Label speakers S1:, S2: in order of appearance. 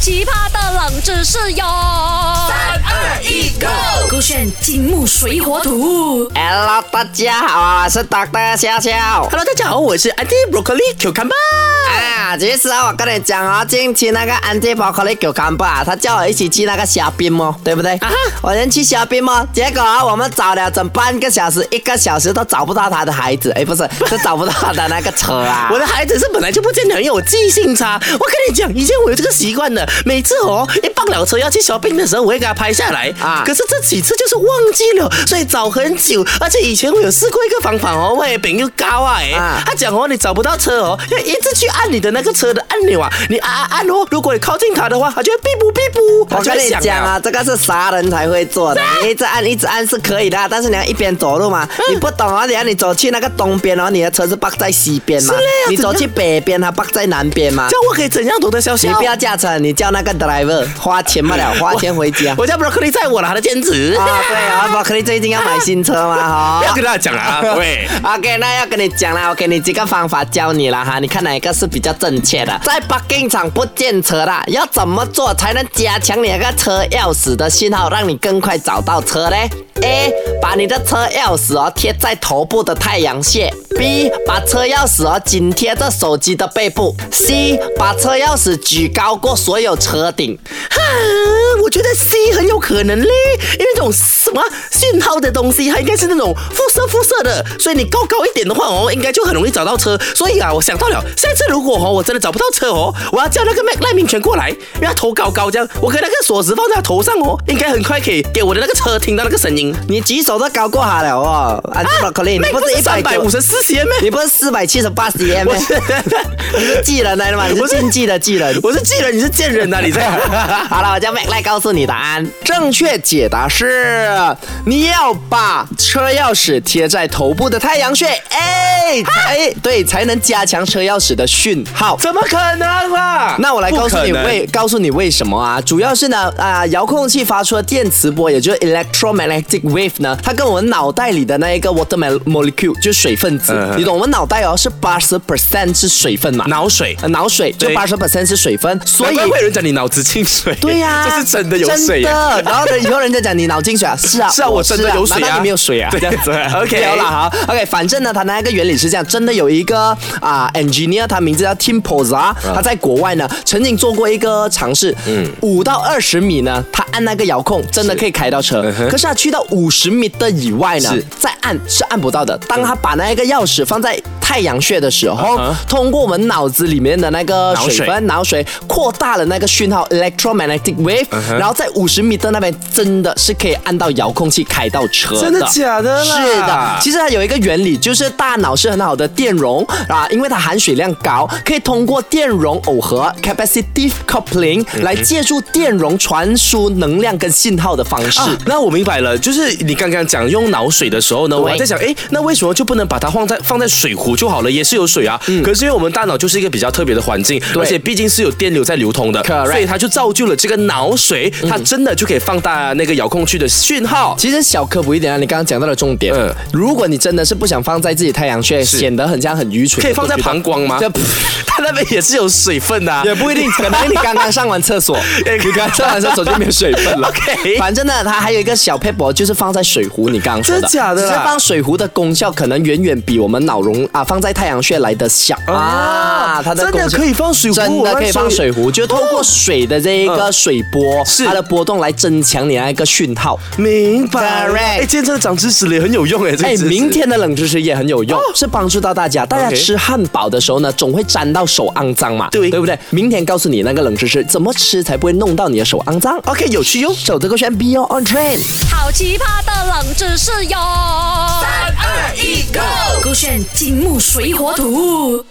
S1: 奇葩的冷知识哟！三
S2: 二一，Go！
S1: 勾选金木水火土。
S3: Hello，大家好啊，我是 Doctor 笑笑。
S2: Hello，大家好，我是 Andy Broccoli Q c a m b e
S3: 啊，其实啊，我跟你讲啊，近期那个 Andy Broccoli Q c a m b e 啊，他叫我一起去那个虾兵哦，对不对？
S2: 啊哈
S3: 我先去虾兵哦，结果啊，我们找了整半个小时，一个小时都找不到他的孩子，哎，不是，是找不到他的那个车啊。
S2: 我的孩子是本来就不见得很有记性差。我跟你讲，以前我有这个习惯的，每次哦一放了车要去 shopping 的时候，我会给他拍下来
S3: 啊
S2: 啊。可是这几次就是忘记了，所以找很久。而且以前我有试过一个方法哦，我也饼又高啊哎、
S3: 啊
S2: 他讲哦你找不到车哦，要一直去按你的那个车的按钮啊，你按按按哦，如果你靠近他的话，他就会哔不哔不，他
S3: 我
S2: 就
S3: 跟
S2: 会
S3: 你
S2: 响
S3: 讲
S2: 了。
S3: 啊，这个是傻人才会做的。你一直按一直按是可以的，但是你要一边走路嘛。
S2: 嗯
S3: 你不懂啊，你要你走去那个东边哦，你的车是绑在西边嘛
S2: 是嘞。
S3: 你走
S2: 怎
S3: 去北边，它绑在南边嘛
S2: 这。样我可以怎样懂得消息？哦
S3: 你不要驾车，你叫那个 driver 花钱不了，花钱回家。
S2: 我叫 broccoli 在我了，他的兼职。
S3: 啊，对啊，宝克力最近要买新车嘛，哈
S2: 不。要跟大家讲 了啊，各位。
S3: OK，那要跟你讲啦，我给你几个方法教你啦哈，你看哪一个是比较正确的？在 parking 场不见车啦，要怎么做才能加强你那个车钥匙的信号，让你更快找到车呢？A，把你的车钥匙哦贴在头部的太阳穴；B，把车钥匙哦紧贴着手机的背部；C，把车钥匙举高过所有车顶。
S2: 哈，我觉得 C 很有可能嘞，因为这种什么讯号的东西，它应该是那种辐射辐射的，所以你高高一点的话哦，应该就很容易找到车。所以啊，我想到了，下次如果哦我真的找不到车哦，我要叫那个麦赖明权过来，因为他头高高这样，我跟那个锁匙放在他头上哦，应该很快可以给我的那个车听到那个声音。
S3: 你举手都高过他了哦，啊，宝克力，你
S2: 麦
S3: 不是一
S2: 三
S3: 百
S2: 百
S3: 九
S2: 五十四 cm
S3: 你不是四百七十八 cm 吗？你是技人来的吗？你是
S2: 我是
S3: 竞技的技人。
S2: 我是寄人，你是贱人呐、啊你这样。
S3: 好了，我叫 Mac 来告诉你答案。正确解答是，你要把车钥匙贴在头部的太阳穴，哎哎，对，才能加强车钥匙的讯号。
S2: 怎么可能啦？
S3: 那我来告诉你
S2: 不可能
S3: 为告诉你为什么啊？主要是呢啊、遥控器发出的电磁波，也就是 electromagnetic wave 呢，它跟我们脑袋里的那一个 water mol- molecule 就是水分子，
S2: 嗯
S3: 你懂？我们脑袋哦是八十 percent 是水分嘛，
S2: 脑水
S3: 呃脑水就
S2: 对
S3: 八十 percent 是水分，所
S2: 难
S3: 以。
S2: 怪会有人讲你脑子进水，
S3: 对呀、
S2: 这是真的有
S3: 真
S2: 水耶。
S3: 的。然后呢，以后人家讲你脑进水啊，是啊，
S2: 是啊，我真的有水
S3: 难道
S2: 啊，
S3: 你没有水啊？
S2: 对，这样子，OK，
S3: 没有啦，好，OK，反正呢，它那个原理是这样，真的有一个啊、engineer，他名字叫 Tim
S2: 啊
S3: Poza，他在国外呢曾经做过一个尝试，嗯，五到二十米呢，他按那个遥控真的可以开到车，可是他去到五十米的以外呢
S2: 嗯是，
S3: 再按是按不到的。当他把那个钥匙放在太阳穴的时候，通过我们脑子里面的那个
S2: 啊脑水
S3: 水分脑水扩大了那个讯号 electromagnetic wave，、然
S2: 嗯
S3: 后在五十米的那边真的是可以按到遥控器开到车
S2: 真的假的啦
S3: 是的，其实它有一个原理，就是大脑是很好的电容啊，因为它含水量高，可以通过电容耦合 （capacitive
S2: 嗯
S3: coupling） 来借助电容传输能量跟信号的方式。
S2: 啊，那我明白了，就是你刚刚讲用脑水的时候呢，我还在想，哎，那为什么就不能把它放在放在水壶就好了，也是有水啊？可是因为我们大脑就是一个比较特别的环境，
S3: 嗯对
S2: 而且毕竟是有电流在流通的
S3: Correct
S2: 所以它就造就了这个脑水，它真的就可以放大那个遥控器的讯号。
S3: 其实小科普一点啊，你刚刚讲到的重点，
S2: 嗯
S3: 如果你真的是不想放在自己太阳穴，
S2: 是
S3: 显得很像很愚蠢，
S2: 可以放在膀胱吗
S3: 这
S2: 它那边也是有水分的、啊，哎
S3: 也不一定，可能你刚刚上完厕 所，你刚上完厕所就没有水分了。
S2: OK
S3: 反正呢，它还有一个小 p a p e 就是放在水壶，你刚刚说的，
S2: 真假的
S3: 只
S2: 啦
S3: 是放水壶的功效可能远远比我们脑容啊放在太阳穴来的小啊，它的
S2: 真的
S3: 功效
S2: 可以放水壶啊
S3: 真的
S2: 我
S3: 可以
S2: 那时候
S3: 放
S2: 也
S3: 水壶，就透过水的这一个水波，
S2: 嗯是
S3: 它的波动来增强你那个讯号。
S2: 明白了。
S3: Correct
S2: 哎，今天真的长知识了，很有用哎。这个
S3: 哎，
S2: 知识
S3: 明天的冷知识也很有用，是帮助到大家。大家
S2: OK
S3: 吃汉堡的时候呢，总会沾到手肮脏嘛，
S2: 对
S3: 对不对？明天告诉你那个冷知识，怎么吃才不会弄到你的手肮脏。OK，有趣哟，走这个圈 Be your on train。
S1: 好奇葩的冷知识哟！三二一，Go！勾选金木水火土。